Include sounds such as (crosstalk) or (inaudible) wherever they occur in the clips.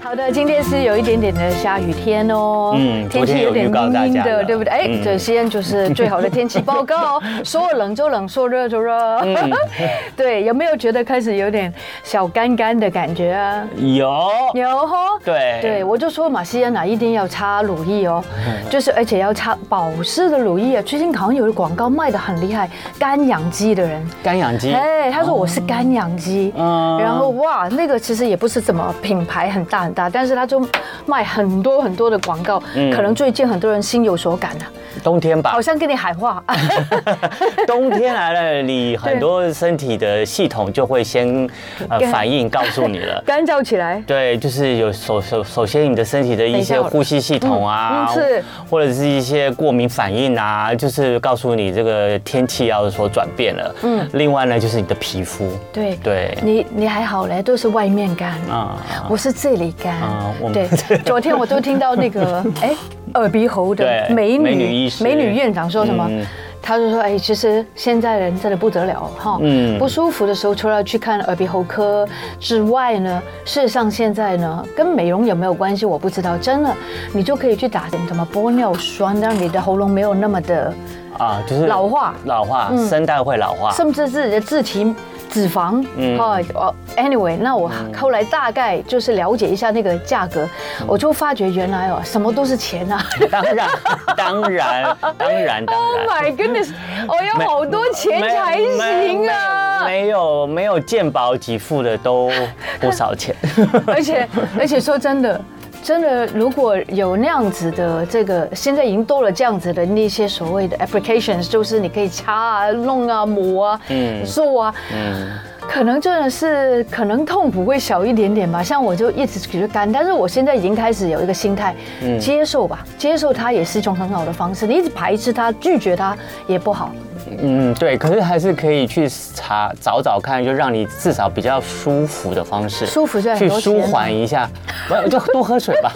好的，今天是有一点点的下雨天哦，嗯天昨气天有有点预告大家嗯阴阴的，了对不对？哎，这西安就是最好的天气报 (laughs) 告，哦说冷就冷，说热就热。嗯 (laughs) 对，有没有觉得开始有点小干干的感觉啊？有，有吼。对对，我就说嘛，西安啊一定要擦乳液哦，嗯就是而且要擦保湿的乳液啊。最近好像有的广告卖的很厉害，干养肌的人。干养鸡，哎，他说我是干养鸡，嗯然后哇，那个其实也不是什么品牌很大很大，但是他就卖很多很多的广告，嗯可能最近很多人心有所感啊，冬天吧好，像跟你喊 (laughs) 话， (laughs) 冬天来了，你很多身体的系统就会先呃干反应告诉你 (laughs) 了。干燥起来。对，就是有首首首先你的身体的一些等一下呼吸系统啊，嗯嗯是或者是一些过敏反应啊，就是告诉你这个天气要有所转变了。嗯，另外呢就是你的皮肤，对对你你还好嘞，都是外面干，啊，我是这里干啊我。们对， (laughs) 昨天我都听到那个哎耳鼻喉的对美女美女医师美女院长说什么嗯？他就说：“哎，其实现在人真的不得了哈，嗯不舒服的时候，除了去看耳鼻喉科之外呢，事实上现在呢，跟美容有没有关系我不知道，真的，你就可以去打什么玻尿酸，让你的喉咙没有那么的，啊，就是老化嗯老化，声带会老化。甚至自己的自体脂肪，嗯哈、哦，anyway，那我后来大概就是了解一下那个价格，嗯我就发觉原来哦，什么都是钱啊当然， (laughs) 当然，当然，(laughs) 当！Oh 然。 my goodness，我要好多钱才行啊！没没有没有健保给付的都不 (laughs) 少钱，而且而且说真的，真的如果有那样子的这个，现在已经多了这样子的那些所谓的 applications，就是你可以擦啊、弄啊、抹啊、嗯做啊。可能真的是，可能痛苦会小一点点吧。像我就一直觉得干，但是我现在已经开始有一个心态，接受吧，接受它也是一种很好的方式。你一直排斥它、拒绝它也不好。嗯，对，可是还是可以去查找找看，就让你至少比较舒服的方式，舒服虽然去很多钱舒缓 (laughs) 一下，不就多喝水吧，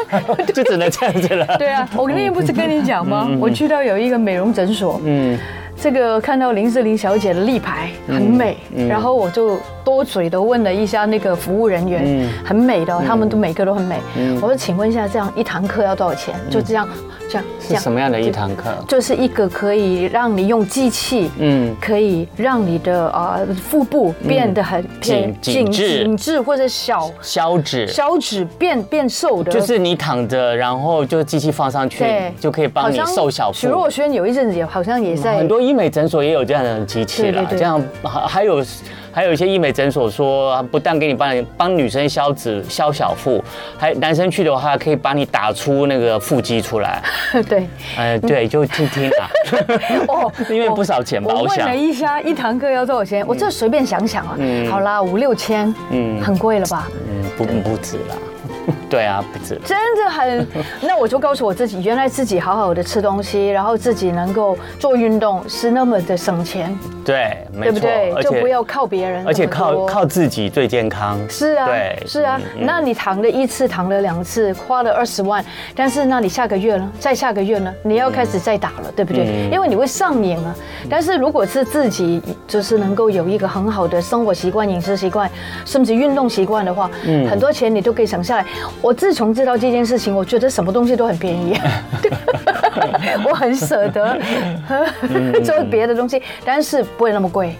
就只能这样子了。对啊， (laughs) 我那天不是跟你讲吗？我去到有一个美容诊所，嗯，这个看到林志玲小姐的立牌很美，嗯然后我就多嘴的问了一下那个服务人员嗯，很美的哦，他们都每个都很美。我说，请问一下，这样一堂课要多少钱？就这样，这样，这是什么样的一就堂课？就是一个可以让你用机器，嗯可以让你的呃腹部变得很嗯紧紧致紧致或者小消脂。小指变变瘦的，就是你躺着，然后就机器放上去对，就可以帮你好像瘦小许若腹。嗯瑄有一阵子也好像也在很多医美诊所也有这样的机器哎对啦对，对这样还还有还有一些医美诊所说，不但给你帮你帮女生消脂消小腹，还男生去的话还可以帮你打出那个腹肌出来。 (laughs) (laughs) 对。 (laughs) 呃，对，就听听啊啦，哦因为不少钱吧，我我问想嗯了。一下，一堂课要多少钱？我这随便想想啊，好啦，五六千，嗯，很贵了吧？嗯，不不止啦， (laughs) 对啊，不止。真的 (laughs) 很，那我就告诉我自己，原来自己好好的吃东西，然后自己能够做运动，是那么的省钱，对，没对不错，对？而就不且要靠别人那么多，而且靠靠自己最健康。是啊，对，嗯是啊，那你躺了一次，躺了两次，花了二十万，但是那你下个月呢？再下个月呢？你要开始再打了，对不对？因为你会上瘾啊。但是如果是自己就是能够有一个很好的生活习惯、饮食习惯，甚至运动习惯的话，很多钱你都可以省下来。我自从知道这件事情，我觉得什么东西都很便宜， (laughs) 我很舍得 (laughs) 做别的东西，但是不会那么贵。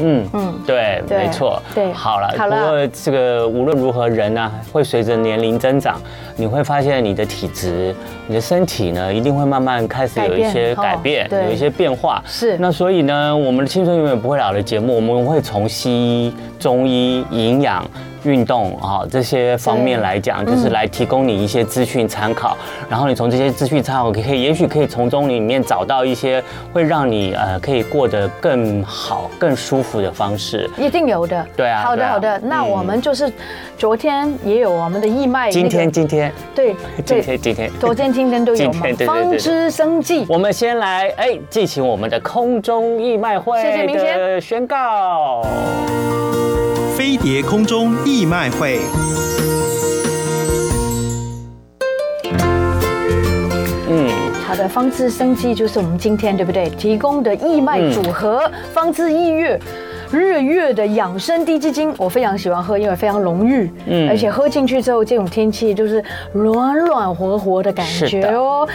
嗯嗯，对，对没错，对好了，好了不过这个无论如何，人啊会随着年龄增长，你会发现你的体质、你的身体呢，一定会慢慢开始有一些改改变变哦，对有一些变化。是那所以呢，我们的青春永远不会老的节目，我们会从西医、中医、营养。运动啊、这些方面对来讲，嗯就是来提供你一些资讯参考，然后你从这些资讯参考，可以也许可以从中里面找到一些会让你呃可以过得更好、更舒服的方式。一定有的。对啊好对的啊好的，那嗯我们就是昨天也有我们的义卖那个，今天，今天，对今对，天，今天，昨天今天都有今嘛天对对，对方对知生计。我们先来哎进行我们的空中义卖会谢谢明轩的宣告。飞碟空中义卖会。嗯，好的，方知生计就是我们今天对不对提供的义卖组合，方知易乐。日月的养生低基精，我非常喜欢喝，因为非常浓郁，嗯而且喝进去之后，这种天气就是软软和和的感觉哦。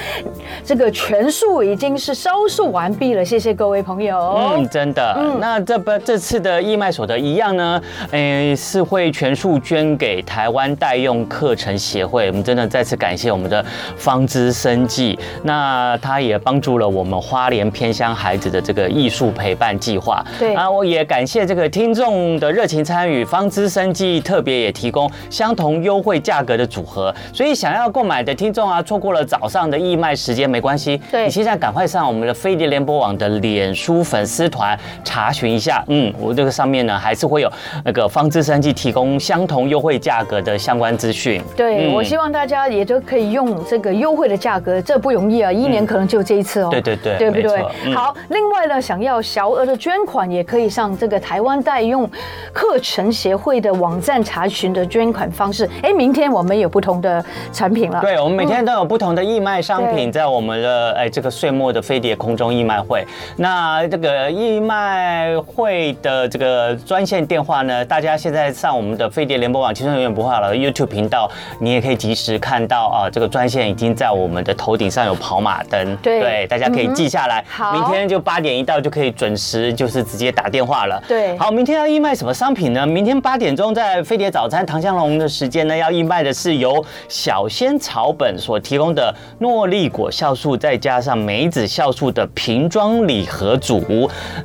这个全数已经是销售完毕了，谢谢各位朋友。嗯，真的。那这不这次的义卖所得一样呢，诶、是会全数捐给台湾代用课程协会。我们真的再次感谢我们的方知生计，那他也帮助了我们花莲偏乡孩子的这个艺术陪伴计划。对啊，我也感谢这个听众的热情参与，方知生计特别也提供相同优惠价格的组合，所以想要购买的听众啊，错过了早上的义卖时间没关系，对你现在赶快上我们的飞碟联播网的脸书粉丝团查询一下。嗯，我这个上面呢还是会有那个方知生计提供相同优惠价格的相关资讯。对，嗯我希望大家也都可以用这个优惠的价格，这不容易啊，一年可能就这一次哦。嗯对对对对不没错对？嗯好，另外呢，想要小额的捐款，也可以上这个台湾代用课程协会的网站查询的捐款方式。哎，明天我们有不同的产品了。嗯对，我们每天都有不同的义卖商对品在我们的哎这个岁末的飞碟空中义卖会。那这个义卖会的这个专线电话呢，大家现在上我们的飞碟联播网青春永远不会老的 YouTube 频道，你也可以及时看到啊，这个专线已经在我们的头顶上有跑马灯，对嗯大家可以记下来。好明天就八点一到就可以准时，就是直接打电话了。对好，明天要义卖什么商品呢？明天八点钟在飞碟早餐唐香龙的时间呢，要义卖的是由小仙草本所提供的诺丽果酵素，再加上梅子酵素的瓶装礼盒组。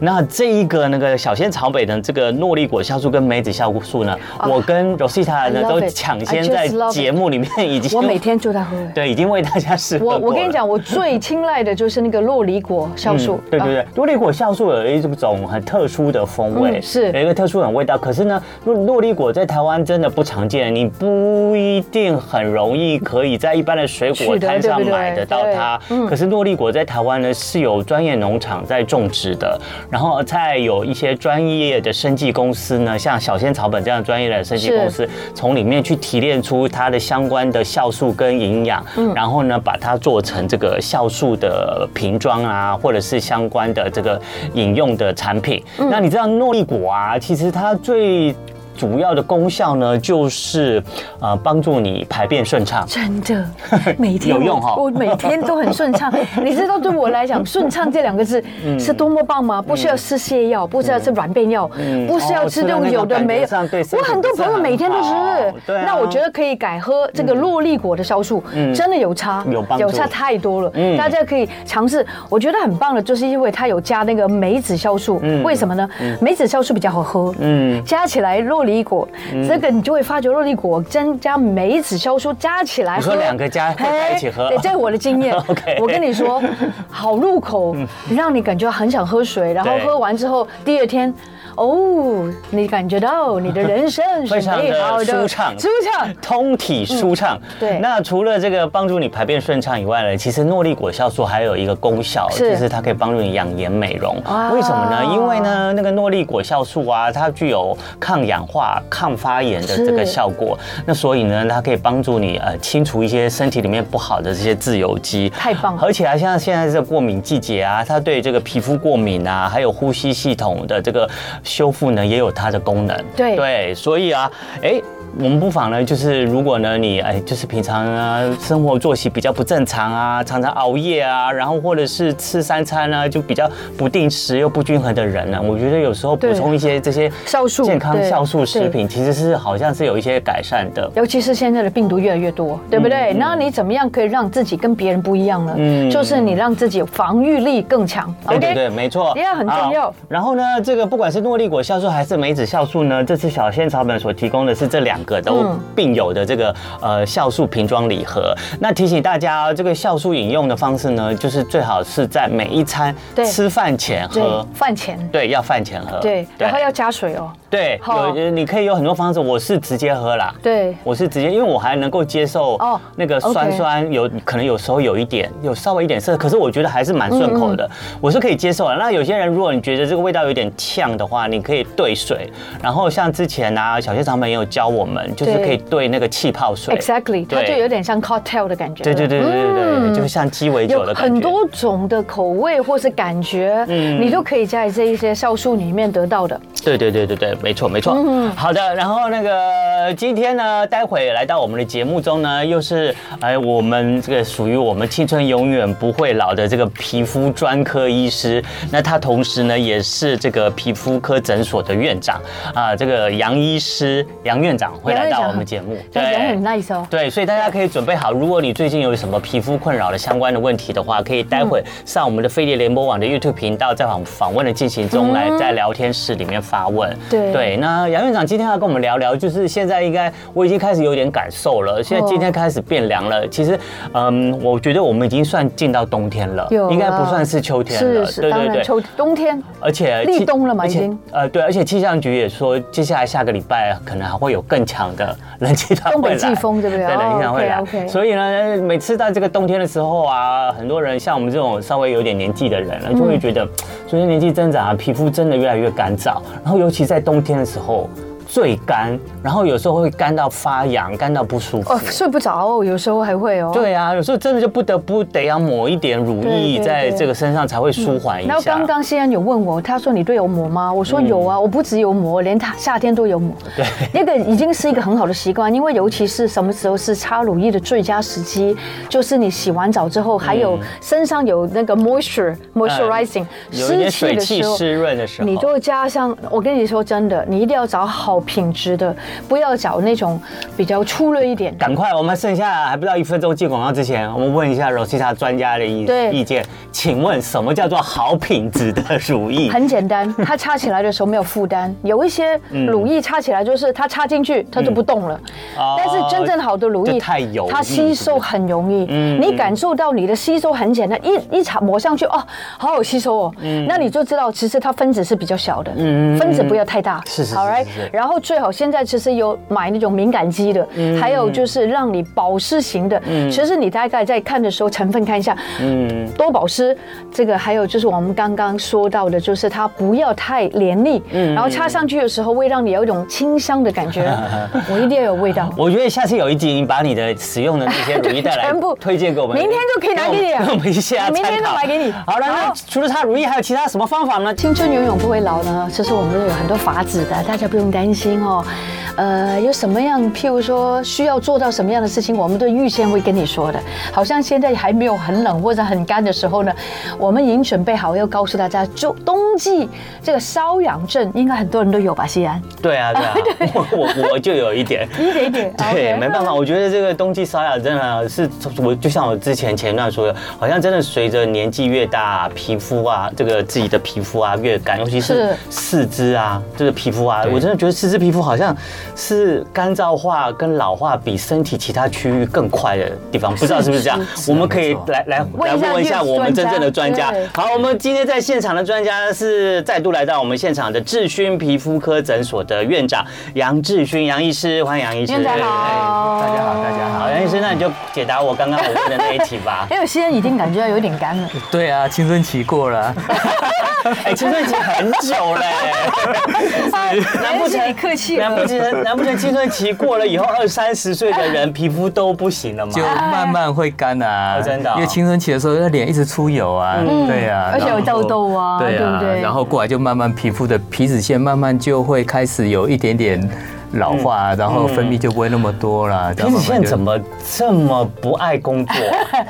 那这一个那个小仙草本的这个诺丽果酵素跟梅子酵素呢，我跟 Rosita 呢哦 I love 都 it. 抢 I 先 just 在 love it. 节目里面已经我每天就在喝。对已经为大家试喝我我过跟你了讲，我最青睐的就是那个洛梨果酵素。嗯对对啊对，洛丽果酵素有一种很特殊的风味，嗯是有一个特殊的味道。可是呢，洛洛丽果在台湾真的不常见，你不一定很容易可以在一般的水果取得摊上对不对买得到它对嗯。可是洛丽果在台湾呢是有专业农场在种植的，然后在有一些专业的生技公司呢，像小仙草本这样专业的生技是公司，从里面去提炼出它的相关的酵素跟营养，然后呢把它做成这个酵素的瓶装啊，或者是相关的这个饮用的产品。那你知道诺丽果啊，其实它最主要的功效呢，就是呃帮助你排便顺畅。真的，每天 (laughs) 我有用哈我每天都很顺 (laughs) 畅。你知道对我来讲，顺畅这两个字是多么棒吗？不需要吃泻药，不需要吃软便药，嗯不需要吃那种有的没有哦吃了那个感觉上对。身我体很多朋友每天都吃不是很好，对啊那我觉得可以改喝这个洛丽果的酵素，嗯真的有差，有帮助有差太多了。嗯大家可以尝试，我觉得很棒的，就是因为它有加那个梅子酵素。嗯为什么呢？梅子酵素比较好喝。嗯，加起来洛梨果，这个你就会发觉洛梨果增加梅子酵素加起来喝，你说两个加哎一起喝。对，这是我的经验 OK (laughs) 我跟你说，好入口，让你感觉很想喝水，然后 (laughs) 对喝完之后第二天。哦，你感觉到你的人生是非常美好的，的舒畅舒畅。 (laughs) 通体舒畅。嗯对那除了这个帮助你排便顺畅以外呢，其实诺丽果酵素还有一个功效，是就是它可以帮助你养颜美容哇。为什么呢？因为呢，那个诺丽果酵素啊，它具有抗氧化、抗发炎的这个是效果。那所以呢，它可以帮助你呃清除一些身体里面不好的这些自由基。太棒了而且啊，像现在这过敏季节啊，它对这个皮肤过敏啊，还有呼吸系统的这个修复呢，也有它的功能。对对，所以啊，哎。我们不妨呢，就是如果呢，你哎，就是平常啊，生活作息比较不正常啊，常常熬夜啊，然后或者是吃三餐啊，就比较不定时又不均衡的人呢，我觉得有时候补对充一些这些酵素健康对酵素食对品，其实是好像是有一些改善的。尤其是现在的病毒越来越多，对不对？那你怎么样可以让自己跟别人不一样呢？嗯就是你让自己防御力更强。对对对，没错，一样很重要好。然后呢，这个不管是诺丽果酵素还是梅子酵素呢，这次小仙草本所提供的是这两个都嗯并有的这个呃酵素瓶装礼盒。那提醒大家哦，这个酵素饮用的方式呢，就是最好是在每一餐对吃饭前对喝，，饭前。对，要饭前喝，对，然后要加水哦。对，好有你可以有很多方式，我是直接喝啦。对，我是直接，因为我还能够接受哦那个 OK 酸酸有可能有时候有一点有稍微一点涩，可是我觉得还是蛮顺口嗯的，我是可以接受的。那有些人如果你觉得这个味道有点呛的话，你可以兑水，然后像之前啊小谢长们也有教我们，就是对可以兑那个气泡水。 Exactly，它就有点像 cocktail 的感觉。嗯对对对对对对对，就是像鸡尾有酒的感觉。嗯很多种的口味或是感觉，你都可以在这一些酵素里面得到的。对对对对对，没错没错。嗯好的，然后那个今天呢，待会来到我们的节目中呢，又是哎我们这个属于我们青春永远不会老的这个皮肤专科医师，那他同时呢也是这个皮肤科诊所的院长啊，这个杨医师杨院长会来杨院到长我们节目，但是很 nice 哦。对，所以大家可以准备好，如果你最近有什么皮肤困扰的相关的问题的话，可以待嗯会上我们的飞碟联播网的 YouTube 频道，在访访问的进行中来在聊天室里面发问。对对，那杨院长今天要跟我们聊聊，就是现在应该我已经开始有点感受了，现在今天开始变凉了。其实，嗯，我觉得我们已经算进到冬天了，有应该了不算是秋天是了。是，当然秋冬天而且立气冬了嘛而且已经呃，对，而且气象局也说，接下来下个礼拜可能还会有更强的冷气团 (laughs) 东会北来，季风对不对对，冷气团会来。哦，OK，OK 所以呢，每次到这个冬天的时候啊，很多人像我们这种稍微有点年纪的嗯人呢，啊就会觉得嗯随着年纪增长啊，皮肤真的越来越干燥，然后尤其在冬天的时候。最干，然后有时候会干到发痒，干到不舒服。哦，睡不着哦，有时候还会哦。。对啊，有时候真的就不得不得要抹一点乳对液对在对这个身上才会舒缓一下。嗯然后刚刚西安有问我，他说你对油膜吗？我说有啊，我不止油膜，连他夏天都有膜。对， (laughs) 那个已经是一个很好的习惯，因为尤其是什么时候是擦乳液的最佳时机，就是你洗完澡之后，还嗯有身上有那个 moisture moisturizing 哎有一点水汽湿湿润的时候，你就加上，我跟你说真的，你一定要找好品质的，不要找那种比较粗略一点的。赶快，我们剩下还不到一分钟进广告之前，我们问一下 Rosita 专家的意对意见，请问什么叫做好品质的乳液？很简单，它擦起来的时候没有负担。有一些嗯乳液擦起来就是它插进去它就不动了，哦但是真正好的乳就液太油腻它吸收很容易。嗯你感受到你的吸收很简单，一一擦抹上去哦，好好吸收哦。嗯那你就知道其实它分子是比较小的，分子不要太大。是是是好是是然后最好现在其实有买那种敏感肌的，嗯还有就是让你保湿型的。其实你大概在看的时候成分看一下，嗯，多保湿，这个还有就是我们刚刚说到的，就是它不要太黏腻，嗯然后擦上去的时候会让你有一种清香的 (laughs) 感觉，我一定要有味道。我觉得下次有一集你把你的使用的那些乳液带来， (laughs) 全部推荐给我们，明天就可以拿给你啊让我们一下我明天参考就买给你好了，那好除了擦乳液，还有其他什么方法呢？青春永远不会老呢，其实我们有很多法子的，大家不用担心哦。呃，有什么样，譬如说需要做到什么样的事情，我们都预先会跟你说的。好像现在还没有很冷或者很干的时候呢，我们已经准备好要告诉大家，就冬季这个瘙痒症，应该很多人都有吧？西安对 (laughs) 啊，对啊，我我我就有一点。一点一点，对， OK 没办法，我觉得这个冬季瘙痒真的啊是，我就像我之前前段说的，好像真的随着年纪越大，皮肤啊，这个自己的皮肤啊越干，尤其是是四肢啊，这个皮肤啊，我真的觉得四肢皮肤好像是干燥化跟老化比身体其他区域更快的地方，不知道是不是这样？我们可以来来来问一下问一下院士我们真正的专专家家对。好，我们今天在现场的专家是再度来到我们现场的智勋皮肤科诊所的院长杨志勋杨医师，欢迎杨医师。院长哎好，。大家好，大家好，好。杨医生，那你就解答我刚刚我问的那一题吧 (laughs) 因为西安已经感觉到有点干 (laughs) 了，对啊，青春期 (laughs) 过了，哎，青春期很久嘞，难不哎成你客气难了不。成难不成青春期过了以后，二三十岁的人皮肤都不行了吗？就慢慢会干啊。哦真的哦因为青春期的时候，那脸一直出油啊，对啊，嗯而且有然后痘痘啊对对啊不对，然后过来就慢慢皮肤的皮脂腺慢慢就会开始有一点点老化，嗯然后分泌就不会那么多了。皮脂腺怎么？么这么不爱工作？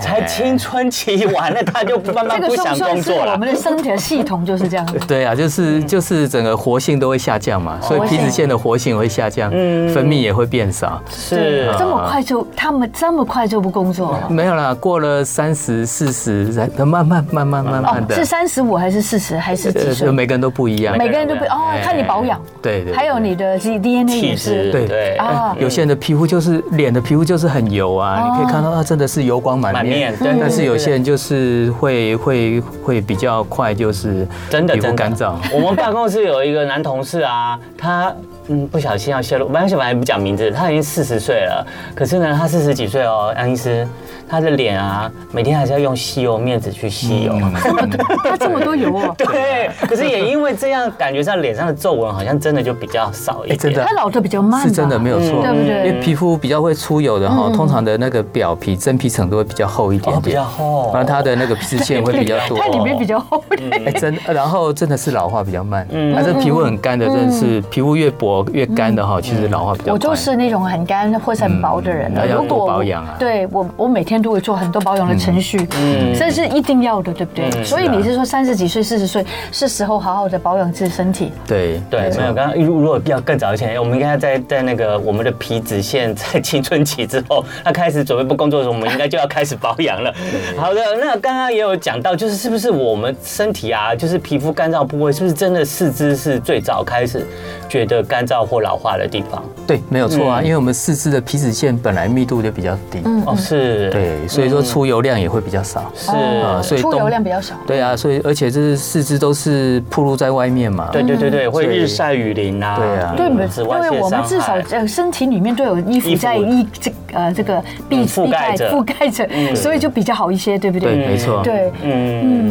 才青春期完了，他就慢慢这个不算不想工算是作我了们。的身体的系统就是这样？ (laughs) 对啊，就是嗯就是整个活性都会下降嘛，所以活皮性脂腺的活性会下降，嗯分泌也会变少。是这么快就他们这么快就不工作了？哦没有啦，过了三十、四十，才慢慢、慢慢、慢慢哦，的，是三十五还是四十还是几呃岁？每个人都不一样。每个人都不哦，看你保养，哎对对对还有你的 DNA 是不体体质，是？对对啊有些人的皮肤就是脸的皮肤就是很油啊，哦你可以看到它真的是油光满满面面，嗯对但是有些人就是会会会比较快，就是真的皮肤真的哦干燥。 (laughs) 我们办公室有一个男同事啊，他嗯不小心要泄露，不小心反正不讲名字，他已经四十岁了，可是呢，他四十几岁哦，杨医师，他的脸啊，每天还是要用吸油面纸去吸油。嗯 (laughs) 它哦这么多油 (laughs) 哦。啊对，可是也因为这样，感觉上脸上的皱纹好像真的就比较少一点。哎真的它老的比较慢吧，是真的没有啊嗯错，对不对嗯因为皮肤比较会出油的哈，通常的那个表皮真皮层都会比较厚一哦点比点，较厚然后它的那个皮脂腺会比较 (laughs) 多它。里面比较厚一点。哎，真，然后真的是老化比较慢，嗯但是皮肤很干的，真的是皮肤越薄越干的哈，其实老化比较快。嗯我就是那种很干或是很薄的人了。嗯那要多我保养啊对我，我每天都会做很多保养的程序，嗯这是一定要的，对不对？嗯所以你是说三十几岁、四十岁是时候好好的保养自己身体，对对，没有。刚刚哎如如果要更早以前，我们应该在在那个我们的皮脂腺在青春期之后，他开始准备不工作的时候，我们应该就要开始保养了。好的，那刚刚也有讲到，就是是不是我们身体啊，就是皮肤干燥部位，是不是真的四肢是最早开始觉得干燥或老化的地方？对，没有错啊，嗯因为我们四肢的皮脂腺本来密度就比较低，哦，是，嗯嗯对，所以说出油量也会比较少。是，哦啊所以出动油量比较少。对啊，所以而且这是四肢都是暴露在外面嘛，对对对对，会嗯所以日晒雨淋啊，对啊对，嗯没紫因外为线我们伤至少害呃身体里面都有衣衣服服在衣这呃这个嗯避覆避盖着覆盖着，所以就比较好一些，对不对，对？没错，对，嗯，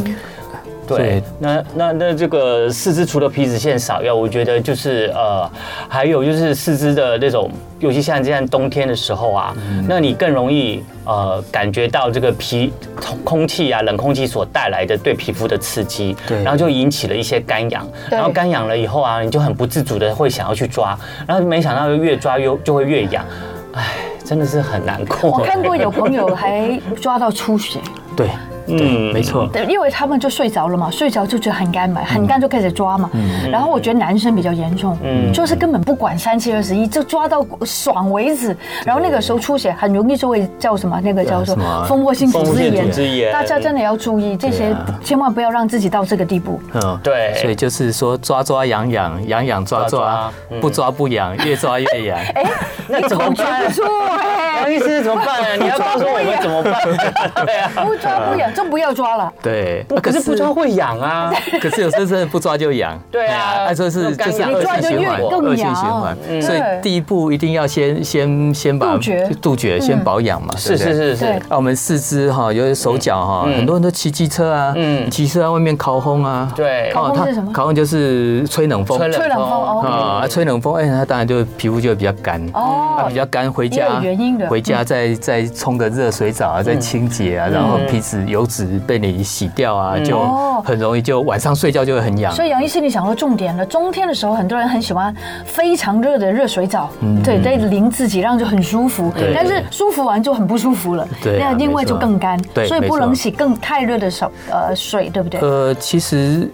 对对，那那那这个四肢除了皮脂腺少药，我觉得就是呃，还有就是四肢的那种，尤其像这样冬天的时候啊，嗯那你更容易呃感觉到这个皮空空气啊冷空气所带来的对皮肤的刺激，对然后就引起了一些干痒，对然后干痒了以后啊，你就很不自主的会想要去抓，然后没想到越抓越就会越痒，哎，真的是很难过。我看过有朋友还抓到出血。对嗯对，没错。对，因为他们就睡着了嘛，睡着就觉得很干嗯嘛，很干就开始抓嘛。然后我觉得男生比较严重，嗯就是根本不管三七二十一，就抓到爽为止。然后那个时候出血很容易就会叫什么？那个叫做什么蜂窝性组啊蜂窝织性组炎。织炎大家真的要注意这些对啊，千万不要让自己到这个地步。嗯，对所以就是说抓抓痒痒，痒痒抓抓抓抓嗯，不抓 (laughs) 不痒，越抓越痒。哎，那你怎么口诀办不错杨哎，医师怎么办啊？你要告诉我们怎么办？ (laughs) 对啊，不抓不痒就不要抓了。对，不啊可是不抓，会痒啊。可是有时候真的不抓就痒。对啊哎呀说那是干就是痒恶性循你抓就越环，更恶性痒循环。嗯所以对第一步一定要先先先把杜绝杜绝，先保养嘛。嗯是对不对是是是对，啊，我们四肢哈，有手脚哈，嗯很多人都骑机车啊，嗯骑车在外面烤烘啊，对烤烘它是什么烤烘就是吹冷风，吹冷风哦啊，嗯啊吹冷风，哎，它当然就皮肤就会比较干，啊它哦比，较干，回家有原因的嗯回家再再冲个热水嗯澡啊，再清洁啊，然后皮脂油脂被你洗掉嗯啊，就哦很容易就晚上睡觉就会很痒所。以杨医师，你讲到重点了。冬天的时候，很多人很喜欢非常热的热水澡，对，在淋自己，让就很舒服。嗯对但是舒服完就很不舒服了，对啊那另外就更干没错，对所以不能洗更太热的手呃水，对不对？呃，其实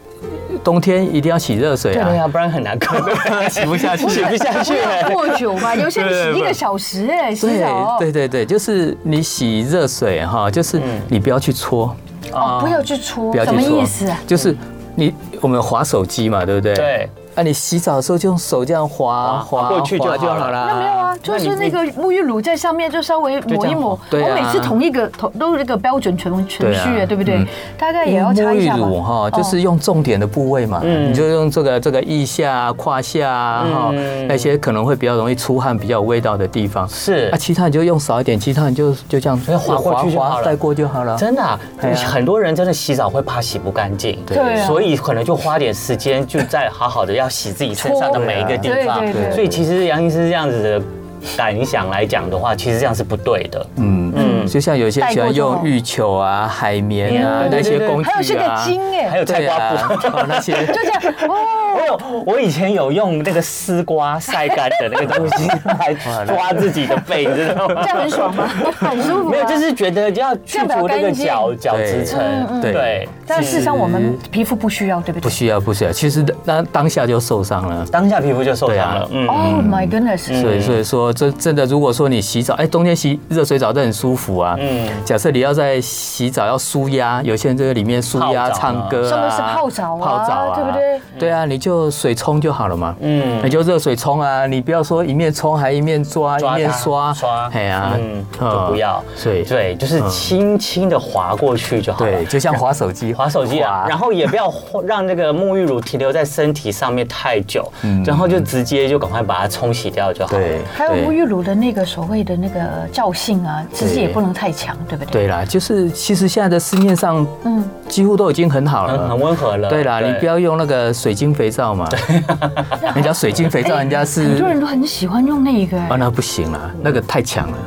冬天一定要洗热水对啊，啊，不然很难看， (laughs) 洗不下去，洗不下 (laughs) 去不。要过久吧，有些人洗一个小时哎，洗澡对对对对，就是你洗热水哈，就是嗯你不要去搓，哦，不要去搓啊不，要去什么搓，意思啊？就是你我们划手机嘛，对不对？对。啊，你洗澡的时候就用手这样划划过去就划好了啦那没有啊，就是那个沐浴乳在上面就稍微抹一抹。就这样对啊我每次同一个同都是一个标准程程序对啊，啊对不对嗯？大概也要擦一下吧沐浴乳哈，就哦是用重点的部位嘛，嗯你就用这个这个腋下啊、胯下啊哈嗯，那些可能会比较容易出汗、比较有味道的地方。是啊，其他你就用少一点，其他你就就这样以划过去就好了划带过就好了。真的啊，对啊很多人真的洗澡会怕洗不干净，对啊所以可能就花点时间，就再好好的要洗自己身上的每一个地啊方对对对。所以其实杨医师这样子的感想来讲的话，其实这样是不对的。嗯嗯嗯，就像有些带喜过欢就好用浴球啊、海绵啊嗯那对些对对工具啊，还有这个筋哎，还有菜对瓜布啊，， (laughs) 哦那些 (laughs) 就这样哦，我有， (laughs) 我以前有用那个丝瓜晒干的那个东 (laughs) 西来抓自己的背，你知道吗这？样很爽吗？很舒服。啊没有，就。是觉得要去除那个角角质层，对对，但事实上，我们皮肤不需要，对不不对需要不需要，其实当当下就受伤了。当下皮肤就受伤了，啊哦嗯， ？Oh my goodness！所以所以说，真真的，如果说你洗澡，哎，冬天洗热水澡都很舒服啊。嗯嗯，假设你要在洗澡要舒压，有些人这个里面舒泡压、澡啊唱歌啊，上面是泡澡啊泡澡啊，对不对？对啊，你就水冲就好了嘛。嗯你就热水冲啊，你不要说一面冲还一面抓，抓一面它刷，刷，哎呀，嗯，就不要，所以对，就是轻轻的划过去就好了。嗯对，就像滑 (laughs) 手机，划手机啊，滑然后也不要让这个沐浴乳停留在身体上面太久，嗯然后就直接就赶快把它冲洗掉就好了。对，还有对沐浴乳的那个所谓的那个皂性啊，其实对也不能太强，对不对？对啦，就是其实现在的市面上嗯，几乎都已经很好很嗯很了。温和了。对啦，你不要用那个水晶肥皂嘛，人家水晶肥皂，人家很是多人都很喜欢用那个，啊，那不行啦，那个太强了。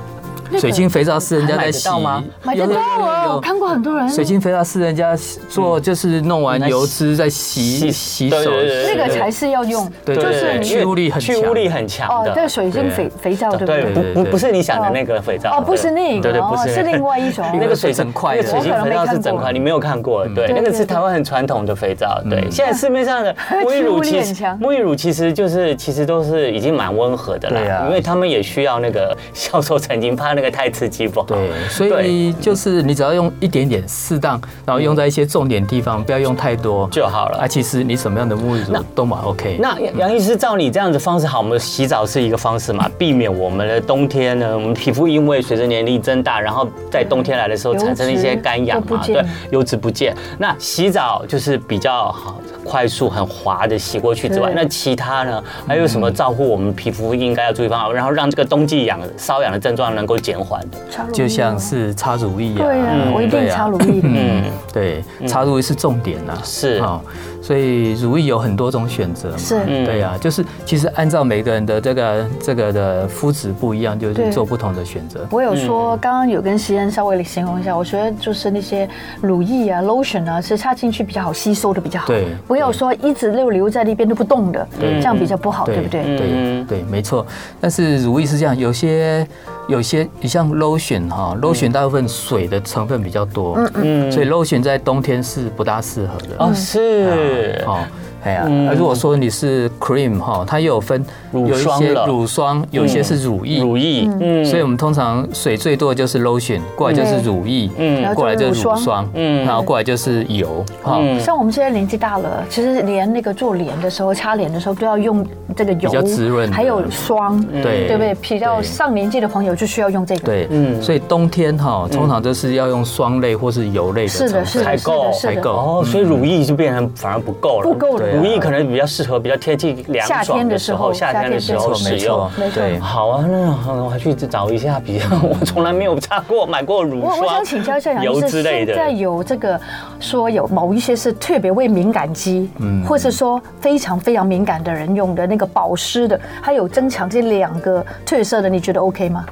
个水晶肥皂是人家在洗还买得到吗买得到啊，我看过很多人。水晶肥皂是人家做，就是弄完油脂再洗洗洗对手，对对那个才是要用，对对就是因为去污力很去强污力很强哦，的。这个水晶肥肥皂，对不对，对？对不对不不是你想的那个肥皂哦，不是那个，对对，哦不是。是另外一种 (laughs) 那个水是整块那的嗯个水晶肥皂是整块，你没有看过，对，对那个是对对台湾很传统的肥皂，对。现在市 (laughs) 面上的沐浴去乳污力其很实强沐浴乳其实就是其实都是已经蛮温和的对啦啊，因为他们也需要那个销售曾经怕那个太刺激不好，对，所对以就是你只要用一点点适当，然后用在一些重点地方，不要用太多就好了啊，。其实你什么样的沐浴乳都蛮 OK。那杨医师，照你这样子方式好，我们洗澡是一个方式嘛，避免我们的冬天呢，我们皮肤因为随着年龄增大，然后在冬天来的时候油产生了一些脂干痒都嘛不，见对了，油脂不见。那洗澡就是比较好快速、很滑的洗过去之外，对嗯那其他呢，还有什么照顾我们皮肤应该要注意方法，然后让这个冬季痒、瘙痒的症状能够减缓的？擦乳液就像是擦乳液啊，对啊，我一定对啊擦乳液的。嗯，对，插入是重点呐、啊，是哦，所以乳液有很多种选择嘛，是嗯对啊，就是其实按照每个人的这个这个的肤质不一样，就是对做不同的选择。我有说，嗯刚刚有跟西安稍微形容一下，我觉得就是那些乳液啊、lotion 啊，是插进去比较好吸收的比较好，对不要说一直留留在那边都不动的，这样比较不好，对不对？对嗯对，没错。但是乳液是这样，有些有些你像 lotion 哈、l 嗯 o t i o n 大部分水的成分比较多，嗯嗯，所以 lotion 在冬天是不大适合的。哦，嗯是，哦，哎呀，嗯那如果说你是 cream 哈，它也有分乳有一霜些了乳霜，有一些是乳液，乳液，嗯所以我们通常水最多的就是 lotion，过来就是乳液，嗯嗯，过来就是乳霜，嗯嗯，然后过来就是油，哈，嗯像我们现在年纪大了，其实连那个做脸的时候、擦脸的时候都要用这个油，比较滋润的还有霜，对对不对？比较上年纪的朋友就需要用这个。，对，嗯所以冬天哈，通常就是要用霜类或是油类的是成的，分，是采的，是购的，是采的。购哦，所以乳液就变成反而不够了，啊不够了乳液可能比较适合比较贴近凉夏爽天的的时时候，候夏天的时候使没用错。，没错对。好啊，那我还去找一下比较， (laughs) 我从来没有擦过买过乳我霜、我想请教一下杨医油之师，类现在的。有这个说有某一些是特别为敏感肌，嗯或是说非常非常敏感的人用的那个保湿的，还有增强这两个特色的，你觉得 OK 吗？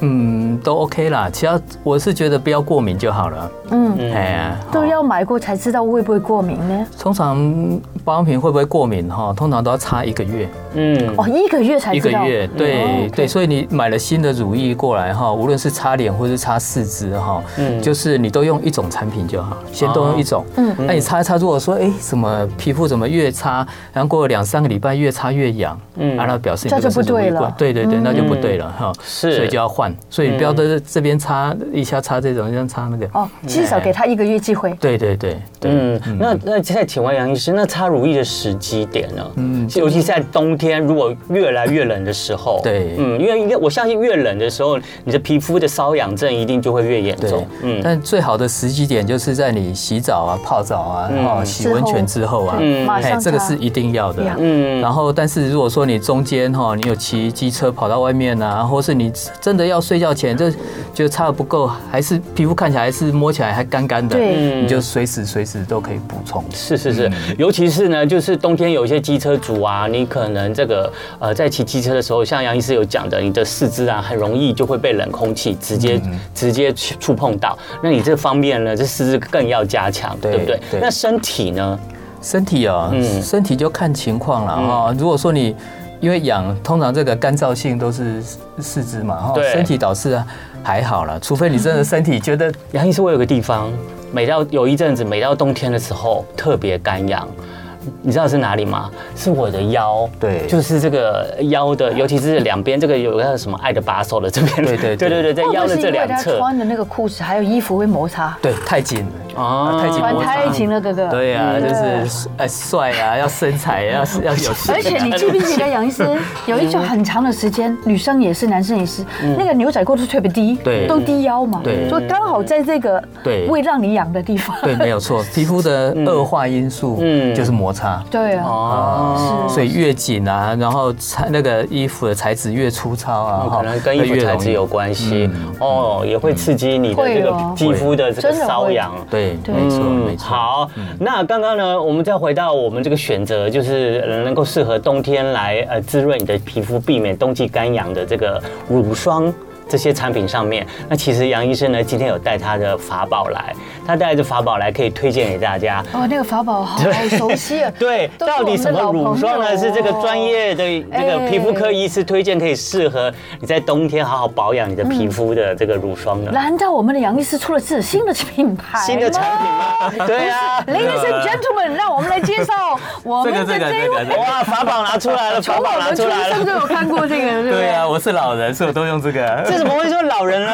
嗯，都 OK 啦。其他我是觉得不要过敏就好了。嗯，哎呀，都要买过才知道会不会过敏呢？嗯通常保养品会不会过敏哈？通常都要擦一个月，嗯，哦，一个月才一个知道。嗯哦月，对对，所以你买了新的乳液过来哈，无论是擦脸或是擦四肢哈，嗯就是你都用一种产品就好，先都用一哦种。嗯，那你擦一擦，如果说哎，怎么皮肤怎么越擦，然后过了两三个礼拜越擦越痒，嗯，啊，那表示你这就个是不对乳液过了嗯对对对，那就不对了哈，是所以就要换，所以不要在这边擦一下擦这种，一下擦那个。哦，至少给他一个月机会。对对对对，嗯，那那再请问杨医师，那擦乳液的时机点呢？嗯，尤其是在冬天，如果越来越冷的时候，对嗯，因为因为我相信越冷的时候，你的皮肤的瘙痒症一定就会越严对重。，嗯，但最好的时机点就是在你洗澡啊、泡澡啊、哦洗温泉之后啊，对马哎，上这个擦是一定要的。呀嗯，然后但是如果说你中间哈，你有骑机车跑到外面啊，或是你真的要睡觉前就觉得擦的不够，还是皮肤看起来还是摸起来还干干的，对你就随时随时都可以补充。是是是，嗯尤其是呢，就是冬天有一些机车族啊，你可能这个呃，在骑机车的时候，像杨医师有讲的，你的四肢啊，很容易就会被冷空气直接、嗯直接去触碰到。那你这方面呢，这四肢更要加强，对对不对？对那身体呢？身体啊、嗯身体就看情况了哈。如果说你因为痒，通常这个干燥性都是四四肢嘛哈，对身体倒是还好了，除非你真的身体觉得杨医师，我有个地方，每到有一阵子，每到冬天的时候特别干痒。你知道是哪里吗？是我的腰，对就是这个腰的，尤其是两边这个有个什么爱的把手的这边，对对对 (laughs) 对对对，在会不腰会的哦是这因为两他侧，穿的那个裤子还有衣服会摩擦？对，太紧了啊太紧穿摩擦太紧了，哥哥。对嗯啊，就对是哎帅 (laughs) 啊，要身材啊，要要有气质。而且你记不记得杨医师 (laughs) 有一段很长的时间，女生也是，男生也是，嗯那个牛仔裤都特别低，对都低腰嘛，对所以刚好在这个对会让你痒的地方， (laughs) 对，没有错，皮肤的恶化因素嗯就是摩擦。 (laughs) 对啊，哦，所以越紧啊，然后材那个衣服的材质越粗糙啊，哦可能跟衣服材质有关系哦，也会刺激你的这会个哦肌肤的这个真的会瘙痒。对，对没错嗯没错。，好，那刚刚呢，我们再回到我们这个选择，就是呃能够适合冬天来呃滋润你的皮肤，避免冬季干痒的这个乳霜。这些产品上面，那其实杨医生呢，今天有带他的法宝来，他带着法宝来可以推荐给大家。哦，那个法宝好熟悉啊， (laughs) 对， (laughs) 都是到我底们什的么老乳朋霜呢？友是这个专哦业的那个哎皮肤科医师推荐，可以适合你在冬天好好保养你的皮肤的这个乳霜呢？难道我们的杨医师出了自己新的品牌？新的产品。吗？ (laughs) 对啊， Ladies and gentlemen，让我们来介绍我们的这个这一这个位这。个哇，法宝拿出来了，法从宝我拿们出出来了生。就有看过这个，对不对啊，我是老人，所以我都用 (laughs) 这这个。怎么会说老人呢？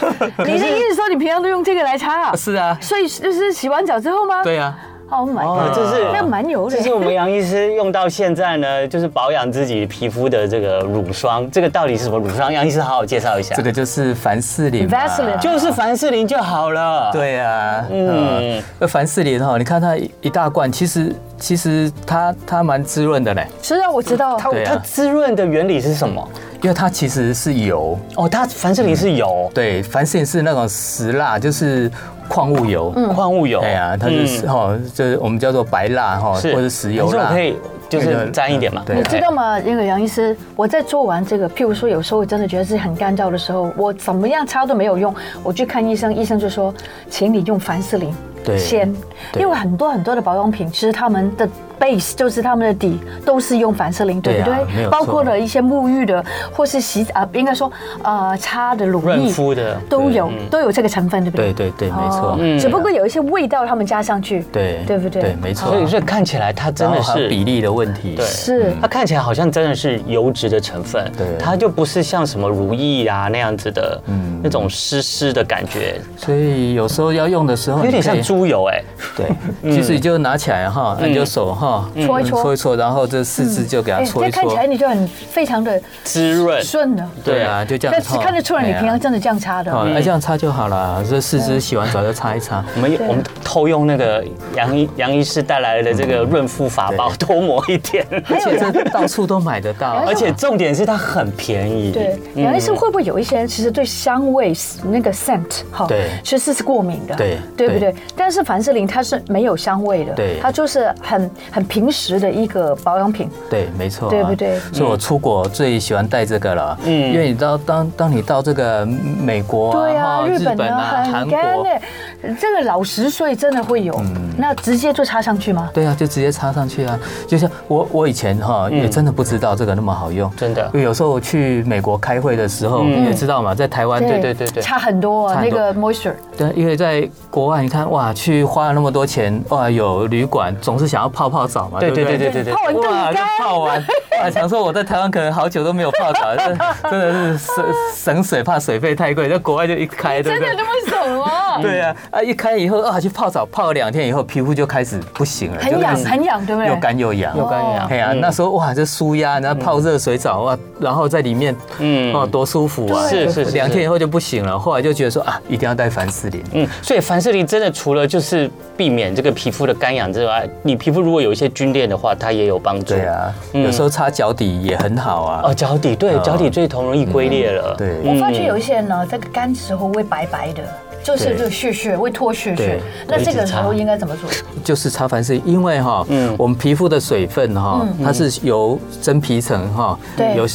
(laughs) 你的意思说你平常都用这个来擦啊？是啊，所以就是洗完澡之后吗？对啊， ，Oh my 哦 god，这是那蛮油的这。是我们杨医师用到现在呢，就是保养自己皮肤的这个乳霜，这个到底是什么乳霜？杨医师好好介绍一下。这个就是凡士林嘛。 Vaseline 就是凡士林就好了。，对啊，嗯嗯，那凡士林哈，你看它一大罐，其实其实它它蛮滋润的嘞，是啊，我知道。它对啊哦它滋润的原理是什么？因为它其实是油，哦，它凡士林是油，对，凡士林是那种石蜡，就是矿物油，嗯矿物油。对啊，它就是嗯哈，就是我们叫做白蜡哈，或是者石油可是我蜡，可以就是沾一点嘛。嗯对你知道吗，那个杨医师，我在做完这个，譬如说有时候我真的觉得自己很干燥的时候，我怎么样擦都没有用，我去看医生，医生就说，请你用凡士林对先，对因为很多很多的保养品，其实他们的 base 就是他们的底都是用凡士林，对不对啊没对？有错包括了一些沐浴的，或是洗啊，应该说呃擦的乳润液肤的都有都有这个成分，对不对？对对对，没错哦，嗯嗯只不过有一些味道他们加上去，对对不对？对，没所错啊以，这看起来它真然的后还有是比例的问题，对是。它看起来好像真的是油脂的成分，对它就不是像什么如意啊那样子的，嗯那种湿湿的感觉，所以有时候要用的时候，有哦你点可像以猪嗯油哎、对，其实你就拿起来哈，你就手哈，嗯搓一搓搓一搓，然后这四肢就给它哎，搓这一看起搓来。你就很非常的滋润。顺了。对啊，就这样但子是哈。看得出来，你哎呀平常嗯真的这样擦的。哦，那这样擦就好了。这四肢洗完澡就擦一擦。我们我们偷用那个杨医杨医师带来的这个润肤法宝，多抹一点，还有而且这到处都买得到，而且重点是它很便宜。对，嗯杨医师会不会有一些人其实对香味那个 scent 哈，对其实是过敏的，对对不对对？但是凡士林它是没有香味的，对它就是很很平时的一个保养品。对，没错、啊，对不对所以我出国最喜欢带这个了，嗯，因为你到当当你到这个嗯美国对啊，哈日本呢韩很干国，嗯的，这个老十岁真的会有，那直接就擦上去吗？对啊，就直接插上去啊。就像我我以前哈、嗯也真的不知道这个那么好用，真的因为有时候我去美国开会的时候，嗯你也知道嘛，在台湾啊对对对对。差很多啊差那很多个 moisture。对，因为在国外，你看哇，去花了那么多钱，哇，有旅馆，总是想要泡泡澡嘛，对对不对对对对对泡完更哇，就干泡完，哇， (laughs) 想说我在台湾可能好久都没有泡澡，真 (laughs) 的真的是省省水，怕水费太贵，在国外就一开，对真不的对？那么怂啊？对啊，啊一开以后啊去泡澡，泡了两天以后皮肤就开始不行了，很就开痒始很痒对不对又干又痒，又干又痒嗯哎呀，那时候哇这舒压，然后泡热水澡哇，然后在里面嗯嗯哦多舒服啊，对是是是两天以后就不行了，后来就觉得说啊一定要带凡士林，嗯，所以凡士林真的除了就是避免这个皮肤的干痒之外，你皮肤如果有一些皲裂的话，它也有帮助。对啊，嗯有时候擦脚底也很好啊嗯哦，，脚底对，脚底最容易龟裂了。嗯对我发觉有一些人呢，在干时候会白白的，就是对这个血血会脱血血对。那这一直个时擦候应该怎么做？就是擦凡士林，因为哈，嗯我们皮肤的水分哈，它是由真皮层哈，嗯对由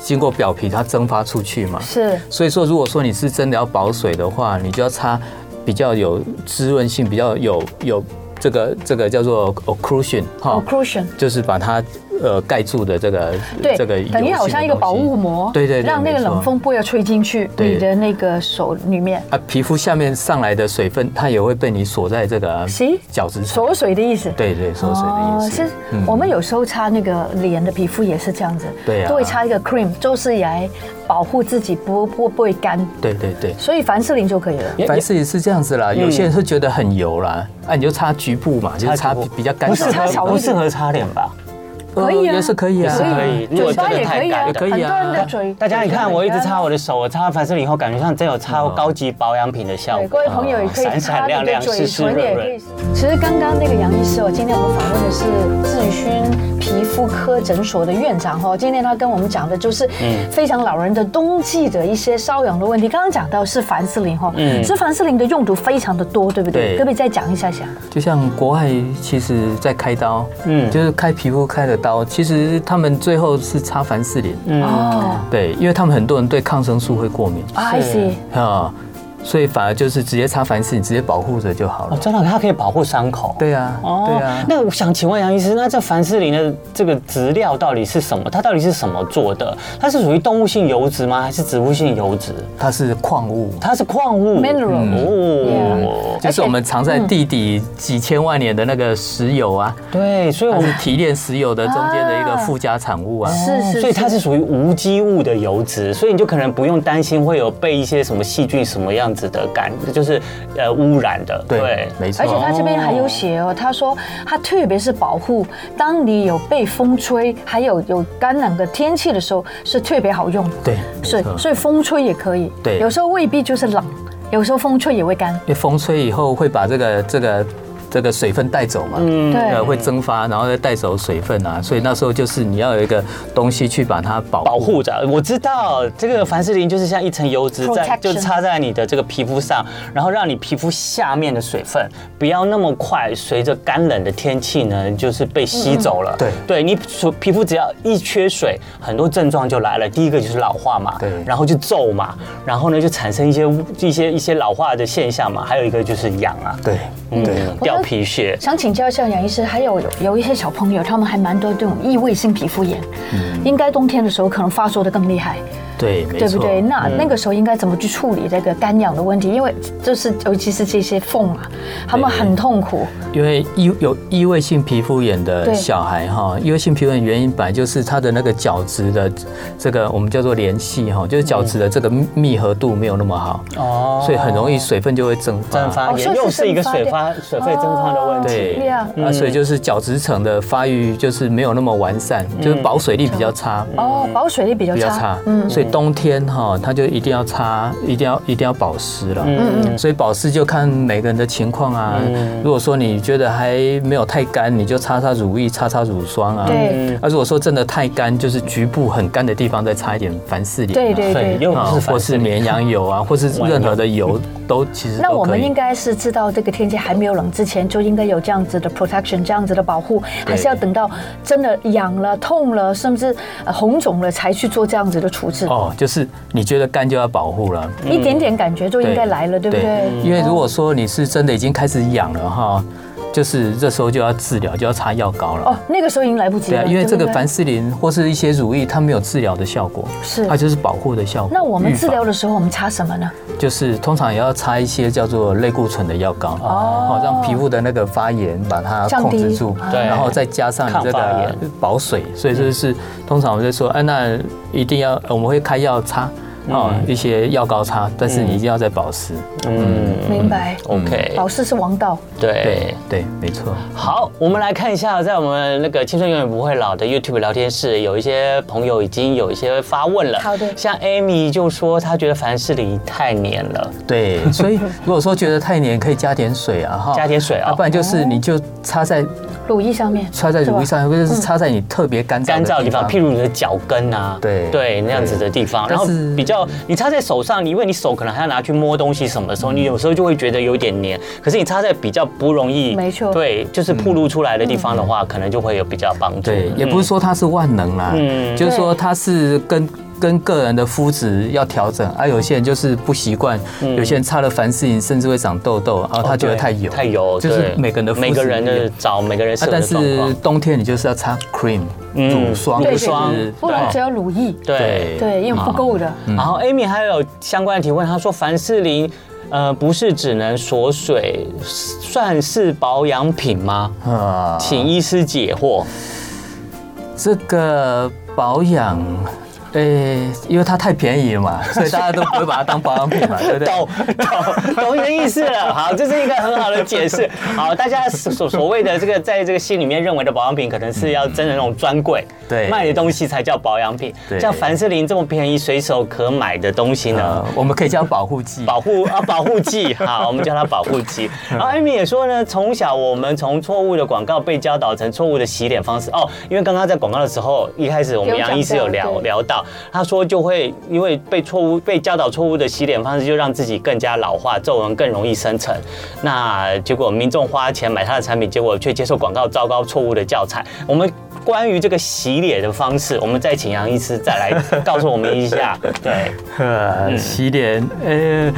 经过表皮它蒸发出去嘛，是所以说，如果说你是真的要保水的话，你就要擦比较有滋润性、比较有有这个这个叫做 occlusion 哈 occlusion 就是把它呃盖住的这个对，这个油性的等于好像一个东西保护膜，对对对让那个没错冷风不要吹进去对你的那个手里面。啊，皮肤下面上来的水分，它也会被你锁在这个行角质层。锁水的意思。对对，锁水的意思。哦是我们有时候擦那个脸的皮肤也是这样子，嗯对啊都会擦一个 cream，就是来保护自己不不不会干，对对对。所以凡士林就可以了。也凡士林是这样子啦，有些人会觉得很油啦，啊，你就擦局部嘛，就是擦比比较干不适燥的擦地小合方，不适合擦脸吧？可以啊呃也是可以哦也啊，是可以如嘴果巴真也可的太以啊，干很的多人的嘴。大家你看，我一直擦我的。的手，我擦完凡士林以后，感觉像真有擦高级保养品的效对，果。各位朋友也可以哦闪擦闪亮你的亮，嘴湿湿唇，润也可以润。。其实刚刚那个杨医师哦，今天我们访问的是智勋皮肤科诊所的院长哦，今天他跟我们讲的就是嗯非常老人的冬季的一些瘙痒的问题。刚刚讲到是凡士林哈，嗯其实凡士林的用途非常的多，对不对？对可不可以再讲一下下？就像国外其实在开刀，嗯嗯，就是开皮肤开的刀，其实他们最后是擦凡士林，嗯哦对，因为他们很多人对抗生素会过敏，I see，啊，所以反而就是直接擦凡士林，直接保护着就好哦，了。真的，它可以保护伤口。对啊，对啊。那我想请问杨医师，那这凡士林的这个质料到底是什么？它到底是什么做的？它是属于动物性油脂吗？还是植物性油脂？它是矿物，它是矿物嗯 Mineral 哦 Yeah 就是我们藏在地底几千万年的那个石油啊，对，所以我它是们。提炼石油的中间的一个附加产物啊。是啊是，所以它是是属于无机物的油脂，所以你就可能不用担心会有被一些什么细菌什么样子的感，就是呃污染的。对，没错而且。他这边还有写哦，他说他特别是保护，当你有被风吹，还有有干冷的天气的时候，是特别好用。对所没以错所以风吹也可以。对有时候未必就是冷，有时候风吹也会干。因为风吹以后会把这个这个这个水分带走嘛，嗯对呃，会蒸发，然后再带走水分啊，所以那时候就是你要有一个东西去把它保保护。护着。我知道这个凡士林就是像一层油脂在 Protection 就擦在你的这个皮肤上，然后让你皮肤下面的水分不要那么快随着干冷的天气呢，就是被吸走了。对对你所皮肤只要一缺水，很多症状就来了。第一个就是老化嘛，对然后就皱嘛，然后呢就产生一些一些一些老化的现象嘛，还有一个就是痒啊，对，嗯，掉皮屑。想请教一下杨医师，还有有有一些小朋友，他们还蛮多这种异位性皮肤炎，应该冬天的时候可能发作的更厉害，对，嗯没对不错。嗯对？那那个时候应该怎么去处理这个干痒的问题？因为就是尤其是这些缝啊，他们对很痛苦。因为异有异位性皮肤炎对的小孩哈，异位性皮肤炎原因本来就是他的那个角质的这个我们叫做联系哈，就是角质的这个密合度没有那么好，哦所以很容易水分就会蒸发。蒸发哦也所以是又是一个蒸发哦水的发水费蒸发的问题。嗯对这样啊，所以就是角质层的发育就是没有那么完善，嗯就是保水力比较差。嗯哦，保水力比较比较差嗯差，，所以冬天哈，它就一定要擦，一定要一定要保湿了。嗯所以保湿就看每个人的情况啊。如果说你觉得还没有太干，你就擦擦乳液，擦擦乳霜啊。对。那如果说真的太干，就是局部很干的地方再擦一点凡士林。啊对对对，对。又不是或凡士是林绵羊油啊，或是任何的 (laughs) 油都其实都可以。那我们应该是知道这个天气还没有冷之前，就应该有这样子的 protection，这样子的保护，还是要等到真的痒了、痛了，甚至呃红肿了才去做这样子的处置。哦，就是你觉得干就要保护了。一点点感觉就应该来了，对不对？因为如果说你是真的已经开始痒了哈，就是这时候就要治疗，就要擦药膏了。哦，那个时候已经来不及对啊，了。因为这个对不对凡士林或是一些乳液，它没有治疗的效果，是它就是保护的效果。那我们预防治疗的时候，我们擦什么呢？就是通常也要擦一些叫做类固醇的药膏，哦，让皮肤的那个发炎把它降控低啊制住，对然后再加上你这抗发炎嗯个保水，所以就是通常我们就说，哎，那一定要我们会开药擦，哦，嗯一些药膏擦，但是你一定要再保湿。嗯明白，哦 OK，保湿是王道。对。对，没错。好，我们来看一下，在我们那个“青春永远不会老”的 YouTube 聊天室，有一些朋友已经有一些发问了。好的像 Amy 就说她觉得凡士林太黏了，对，所以如果说觉得太黏，可以加点水啊，哈，加点水啊要不然就是你就擦在乳液上面，擦在乳液上面，或者是擦在你特别干燥哦干燥的地方，譬如如你的脚跟啊，对对，那样子的地方，然但后是比较你擦在手上，你因为你手可能还要拿去摸东西什么的时候，你有时候就会觉得有点黏。可是你擦在比较不容易，没错对，就是暴露出来的地方的话，可能就会有比较帮助。嗯对，也嗯不是说它是万能啦，嗯就是说它是跟。跟个人的肤质要调整，嗯啊，有些人就是不习惯，有些人擦了凡士林甚至会长痘痘，啊，他觉得哦对太油，太油，就是对每个人的肤质每个人不一的样找每个人适啊合但的状是况。嗯冬天你就是要擦 cream，乳霜，嗯对乳就霜是啊不然只有乳液，对。对，因为不够的。然后 Amy 还有相关的提问，她说凡士林。呃，不是只能锁水，算是保养品吗？啊请医师解惑。这个保养。诶，因为它太便宜了嘛，所以大家都不会把它当保养品嘛，对不对？懂懂懂你的意思 (laughs) 了。好，这是一个很好的解释。好，大家所所谓的这个，在这个心里面认为的保养品，可能是要真的那种专柜对卖的东西才叫保养品。对像凡士林这么便宜、随手可买的东西呢呃？，我们可以叫保护嗯剂。保护啊，保护剂， (laughs) 好，我们叫它保护剂。然后艾米也说呢，从小我们从错误的广告被教导成错误的洗脸方式哦，因为刚刚在广告的时候，一开始我们有杨讲医师有到聊对聊到，他说就会因为被错误被教导错误的洗脸方式，就让自己更加老化，皱纹更容易生成。那结果民众花钱买他的产品，结果却接受广告糟糕错误的教材。我们。关于这个洗脸的方式，我们再请杨医师再来告诉我们一 (laughs) 下。对，呃，洗脸，呃，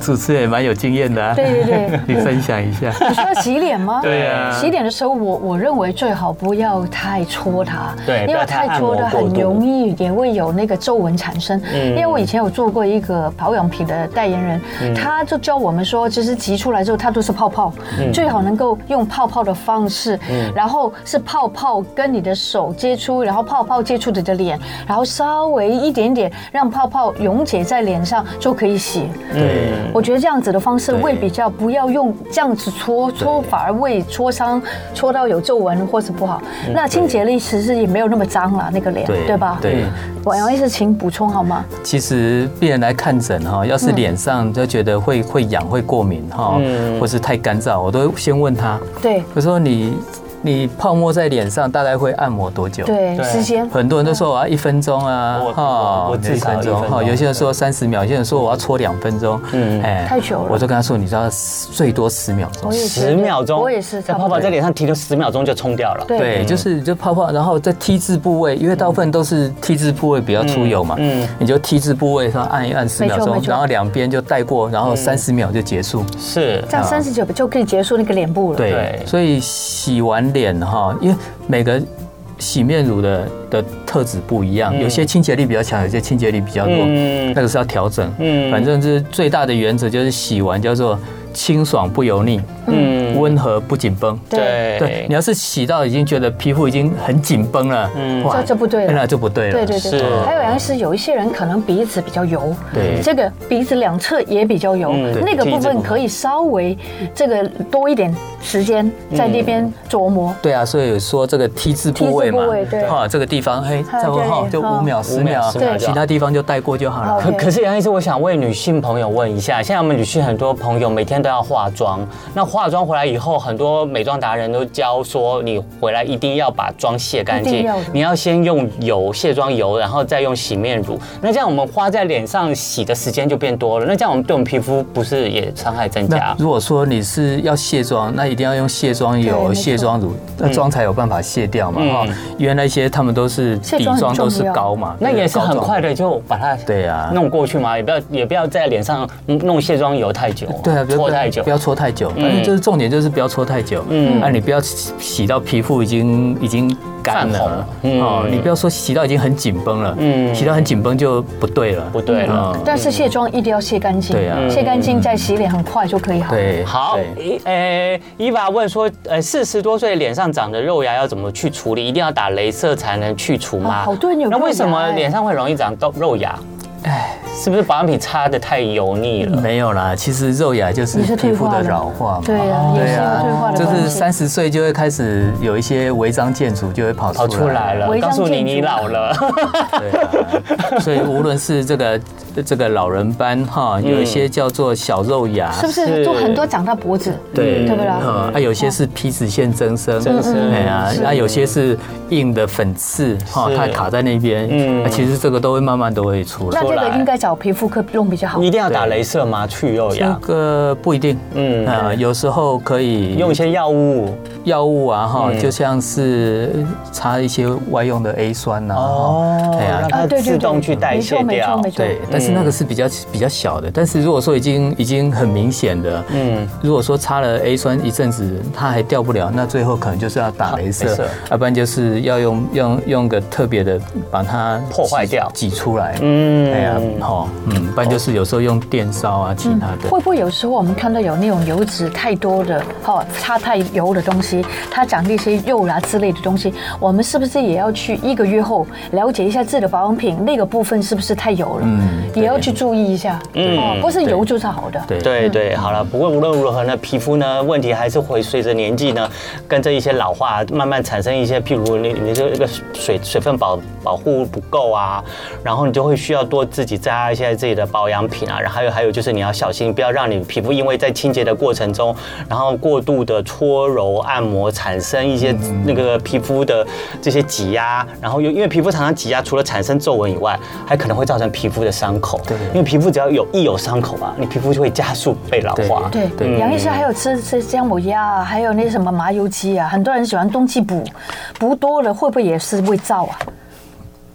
主持人也蛮有经验的、啊。对对对， (laughs) 你分享一下。 (laughs) 你说要洗脸吗？对啊洗脸的时候，我我认为最好不要太搓它，对不因要为太太搓的按摩过很度嗯容易也会有那个皱纹产生。因为我以前有做过一个保养品的代言嗯人，他就教我们说，其实挤出来之后它都是泡泡，嗯最好能够用泡泡的方式，然后是泡泡跟你的手接触，然后泡泡接触你的脸，然后稍微一点点让泡泡溶解在脸上就可以洗。嗯。我觉得这样子的方式对会比较不要用这样子搓搓，反而会搓伤，搓到有皱纹或是不好。嗯那清洁力其实也没有那么脏了，那个脸对对吧？对嗯。王杨医师，请补充好吗？其实病人来看诊哈，要是脸上就觉得会会痒、会过敏哈，或是太干燥，我都会先问他，对我说你你泡沫在脸上大概会按摩多久？。对，对时间很多人都说我要一分钟啊我，我我至一少分一钟分哈，钟有些人说三十秒，有些人说我要搓两分钟，嗯嗯，哎太久了我就跟他说，你知道最多十秒钟我，也觉得十秒钟，我也是在差不泡多泡在脸上停留十秒钟就冲掉了。对对，就是就泡泡，然后在 T 字部位，因为大部分都是 T 字部位比较出油嘛，嗯嗯嗯，你就 T 字部位上按一按十没秒错没钟，错然后两边就带过，然后三十秒就结束。是这样三十九就可以结束那个脸部了。嗯对对，所以洗完脸哈，因为每个洗面乳的的特质不一样，有些清洁力比较强，有些清洁力比较弱，嗯那个是要调整。嗯反正就是最大的原则就是洗完叫做清爽不油腻，嗯温和不紧绷。对对，你要是洗到已经觉得皮肤已经很紧绷了，嗯，这这不对了那就不对了。对对对是，还有杨医师，有一些人可能鼻子比较油，对这个鼻子两侧也比较油嗯，对那个鼻部子部分分可以稍微这个多一点时间在那边琢磨。对啊，所以有说这个 T 字部位嘛部位对，哈，这个地方嘿，它差不多哈，这就里五秒、十秒五秒对，其他地方就带过就好了。可 OK 可是杨医师，我想为女性朋友问一下，现在我们女性很多朋友每天都要化妆，那化妆回来以后，很多美妆达人都教说，你回来一定要把妆卸干一定净要的，你要先用油卸妆油，然后再用洗面乳。那这样我们花在脸上洗的时间就变多了，那这样我们对我们皮肤不是也伤害增 (laughs) 那加？如果说你是要卸妆，那一定要用卸妆对油、没错卸妆乳，那妆才有办法卸掉嘛哈嗯。因为那些他们都是卸底妆很妆都是重要膏嘛，那也是膏很状快的就把它对啊弄过去嘛，也不要也不要在脸上弄卸妆油太久，对啊，不要搓太久不。要搓太久。反正就是重点就是不要搓太久。嗯嗯，啊，你不要洗洗到皮肤已经已经干泛红了了。嗯哦，你不要说洗到已经很紧绷了。嗯嗯，洗到很紧绷就不对了。不对了嗯但是卸妆一定要卸干净，对啊卸干净再洗脸很快就可以好。对，好对，伊呃，伊娃问说，呃，四十多岁脸上长的肉芽要怎么去处理？一定要打镭射才能去除吗？啊好多人有那肉为什芽欸么哎脸上会容易长痘肉芽？哎，是不是保养品擦的太油腻了？没有啦，其实肉芽就是你是皮退肤化的了老化嘛。哦对啊，也是有退化的就关系。是三十岁就会开始有一些违章建筑就会跑跑出出来来了，了，违告章诉你建你筑老了。对啊，所以无论是这个这个老人斑哈，有一些嗯叫做小肉芽，是不是是都很多长到脖子？对，对不哦啦嗯啊，有些是皮脂腺增生，增生哎呀是，啊，有些是硬的粉刺哈，是它卡在那边，啊嗯嗯，其实这个都会慢慢都会出来那。这个应来。该找皮肤科弄比较好一。定要打镭射吗？去肉这芽，个不一定，嗯呃有时候可以用一些药物。药物啊，哈，嗯就像是擦一些外用的 A 酸呐、啊，哦哈，对啊让。它自动去代谢没掉错没错没对错。，但是那个是比较比较小的，但是如果说已经已经很明显的，嗯嗯，如果说擦了 A 酸一阵子，它还掉不了，那最后可能就是要打镭打镭射射，要不然就是要用用用个特别的把它破坏挤掉挤出来，嗯，哎呀，好，嗯，不然就是有时候用电烧啊，其他的，会不会有时候我们看到有那种油脂太多的，哦，它太油的东西，它长那些肉啦之类的东西，我们是不是也要去一个月后了解一下自己的保养品那个部分是不是太油了？也要去注意一下。哦，不是油就是好的。嗯对对对，好了。不过无论如何呢，皮肤呢问题还是会随着年纪呢，跟着一些老化，慢慢产生一些，譬如你你这个水水分保保护不够啊，然后你就会需要多自己加一些自己的保养品啊。然后还有还有就是你要小心，不要让你皮肤因为在清洁的过程中，然后过度的搓揉按摩，产生一些那个皮肤的这些挤压，然后又因为皮肤常常挤压，除了产生皱纹以外，还可能会造成皮肤的伤口。对因为皮肤只要有一有伤口啊，你皮肤就会加速被老化。 (laughs) 对对杨医师还有吃吃姜母鸭啊，还有那什么麻油鸡啊，很多人喜欢冬季补，补多了会不会也是会燥 (laughs) 啊？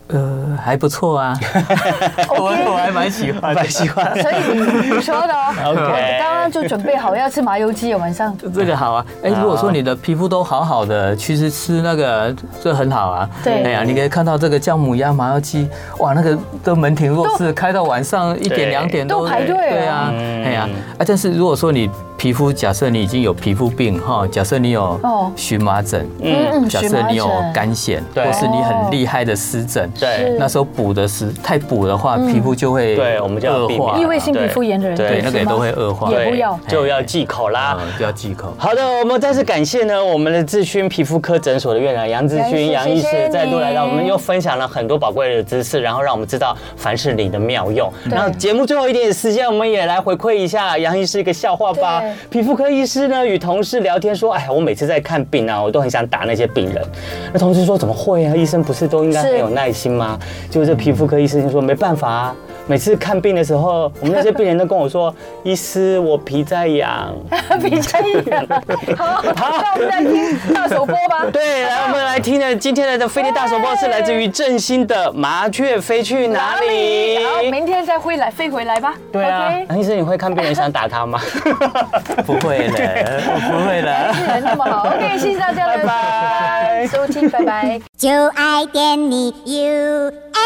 呃，还不错啊， (laughs) 我我还蛮喜欢的，蛮喜欢。所以你说的哦， OK 我刚刚就准备好要吃麻油鸡，晚上这个好啊，哎，如果说你的皮肤都好好的，其实吃那个这很好啊。对哎呀，你可以看到这个酵母鸭、麻油鸡，哇，那个都门庭若市，开到晚上一对点两点都都排队啊对啊，嗯哎呀，啊，但是如果说你皮肤假设你已经有皮肤病哈，假设你有哦荨麻疹，嗯嗯假设你有荨麻疹干癣，对或是你很厉害的湿疹，对是那时候补的是太补的嗯话，皮肤就会对我们就要恶避化免异位性皮肤炎的人对啊对那个也是吗都会恶化，也不对要 (laughs) 就要忌口啦啊。，不要忌口。 (laughs) 好的，我们再次感谢呢我们的智勋皮肤科诊所的院长杨志勋杨杨医医师哎谢谢师你再度来到，我们又分享了很多宝贵的知识，然后让我们知道凡士林的妙用。然后节目最后一点时间，我们也来回馈一下杨医师一个笑话吧对。皮肤科医师呢与同事聊天说，哎，我每次在看病啊，我都很想打那些病人。那同事说怎么会嗯啊？医生不是都应该是很有耐心吗？结果这皮肤科医生就说没办法啊。每次看病的时候，我们那些病人都跟我说：“ (laughs) 医师，我皮在痒。”比较痒。好，那我们再听大首播吧。 (laughs) 对，来我们来听的今天的飞碟大首播是来自于振兴的《麻雀飞去哪里然后》。明天再回来飞回来吧。对啊 OK？，杨医生，你会看病人想打他 (laughs) 吗？不会的，不会的。人那么好，OK，谢谢大家的拜拜收听，拜拜。就爱点你 UFO。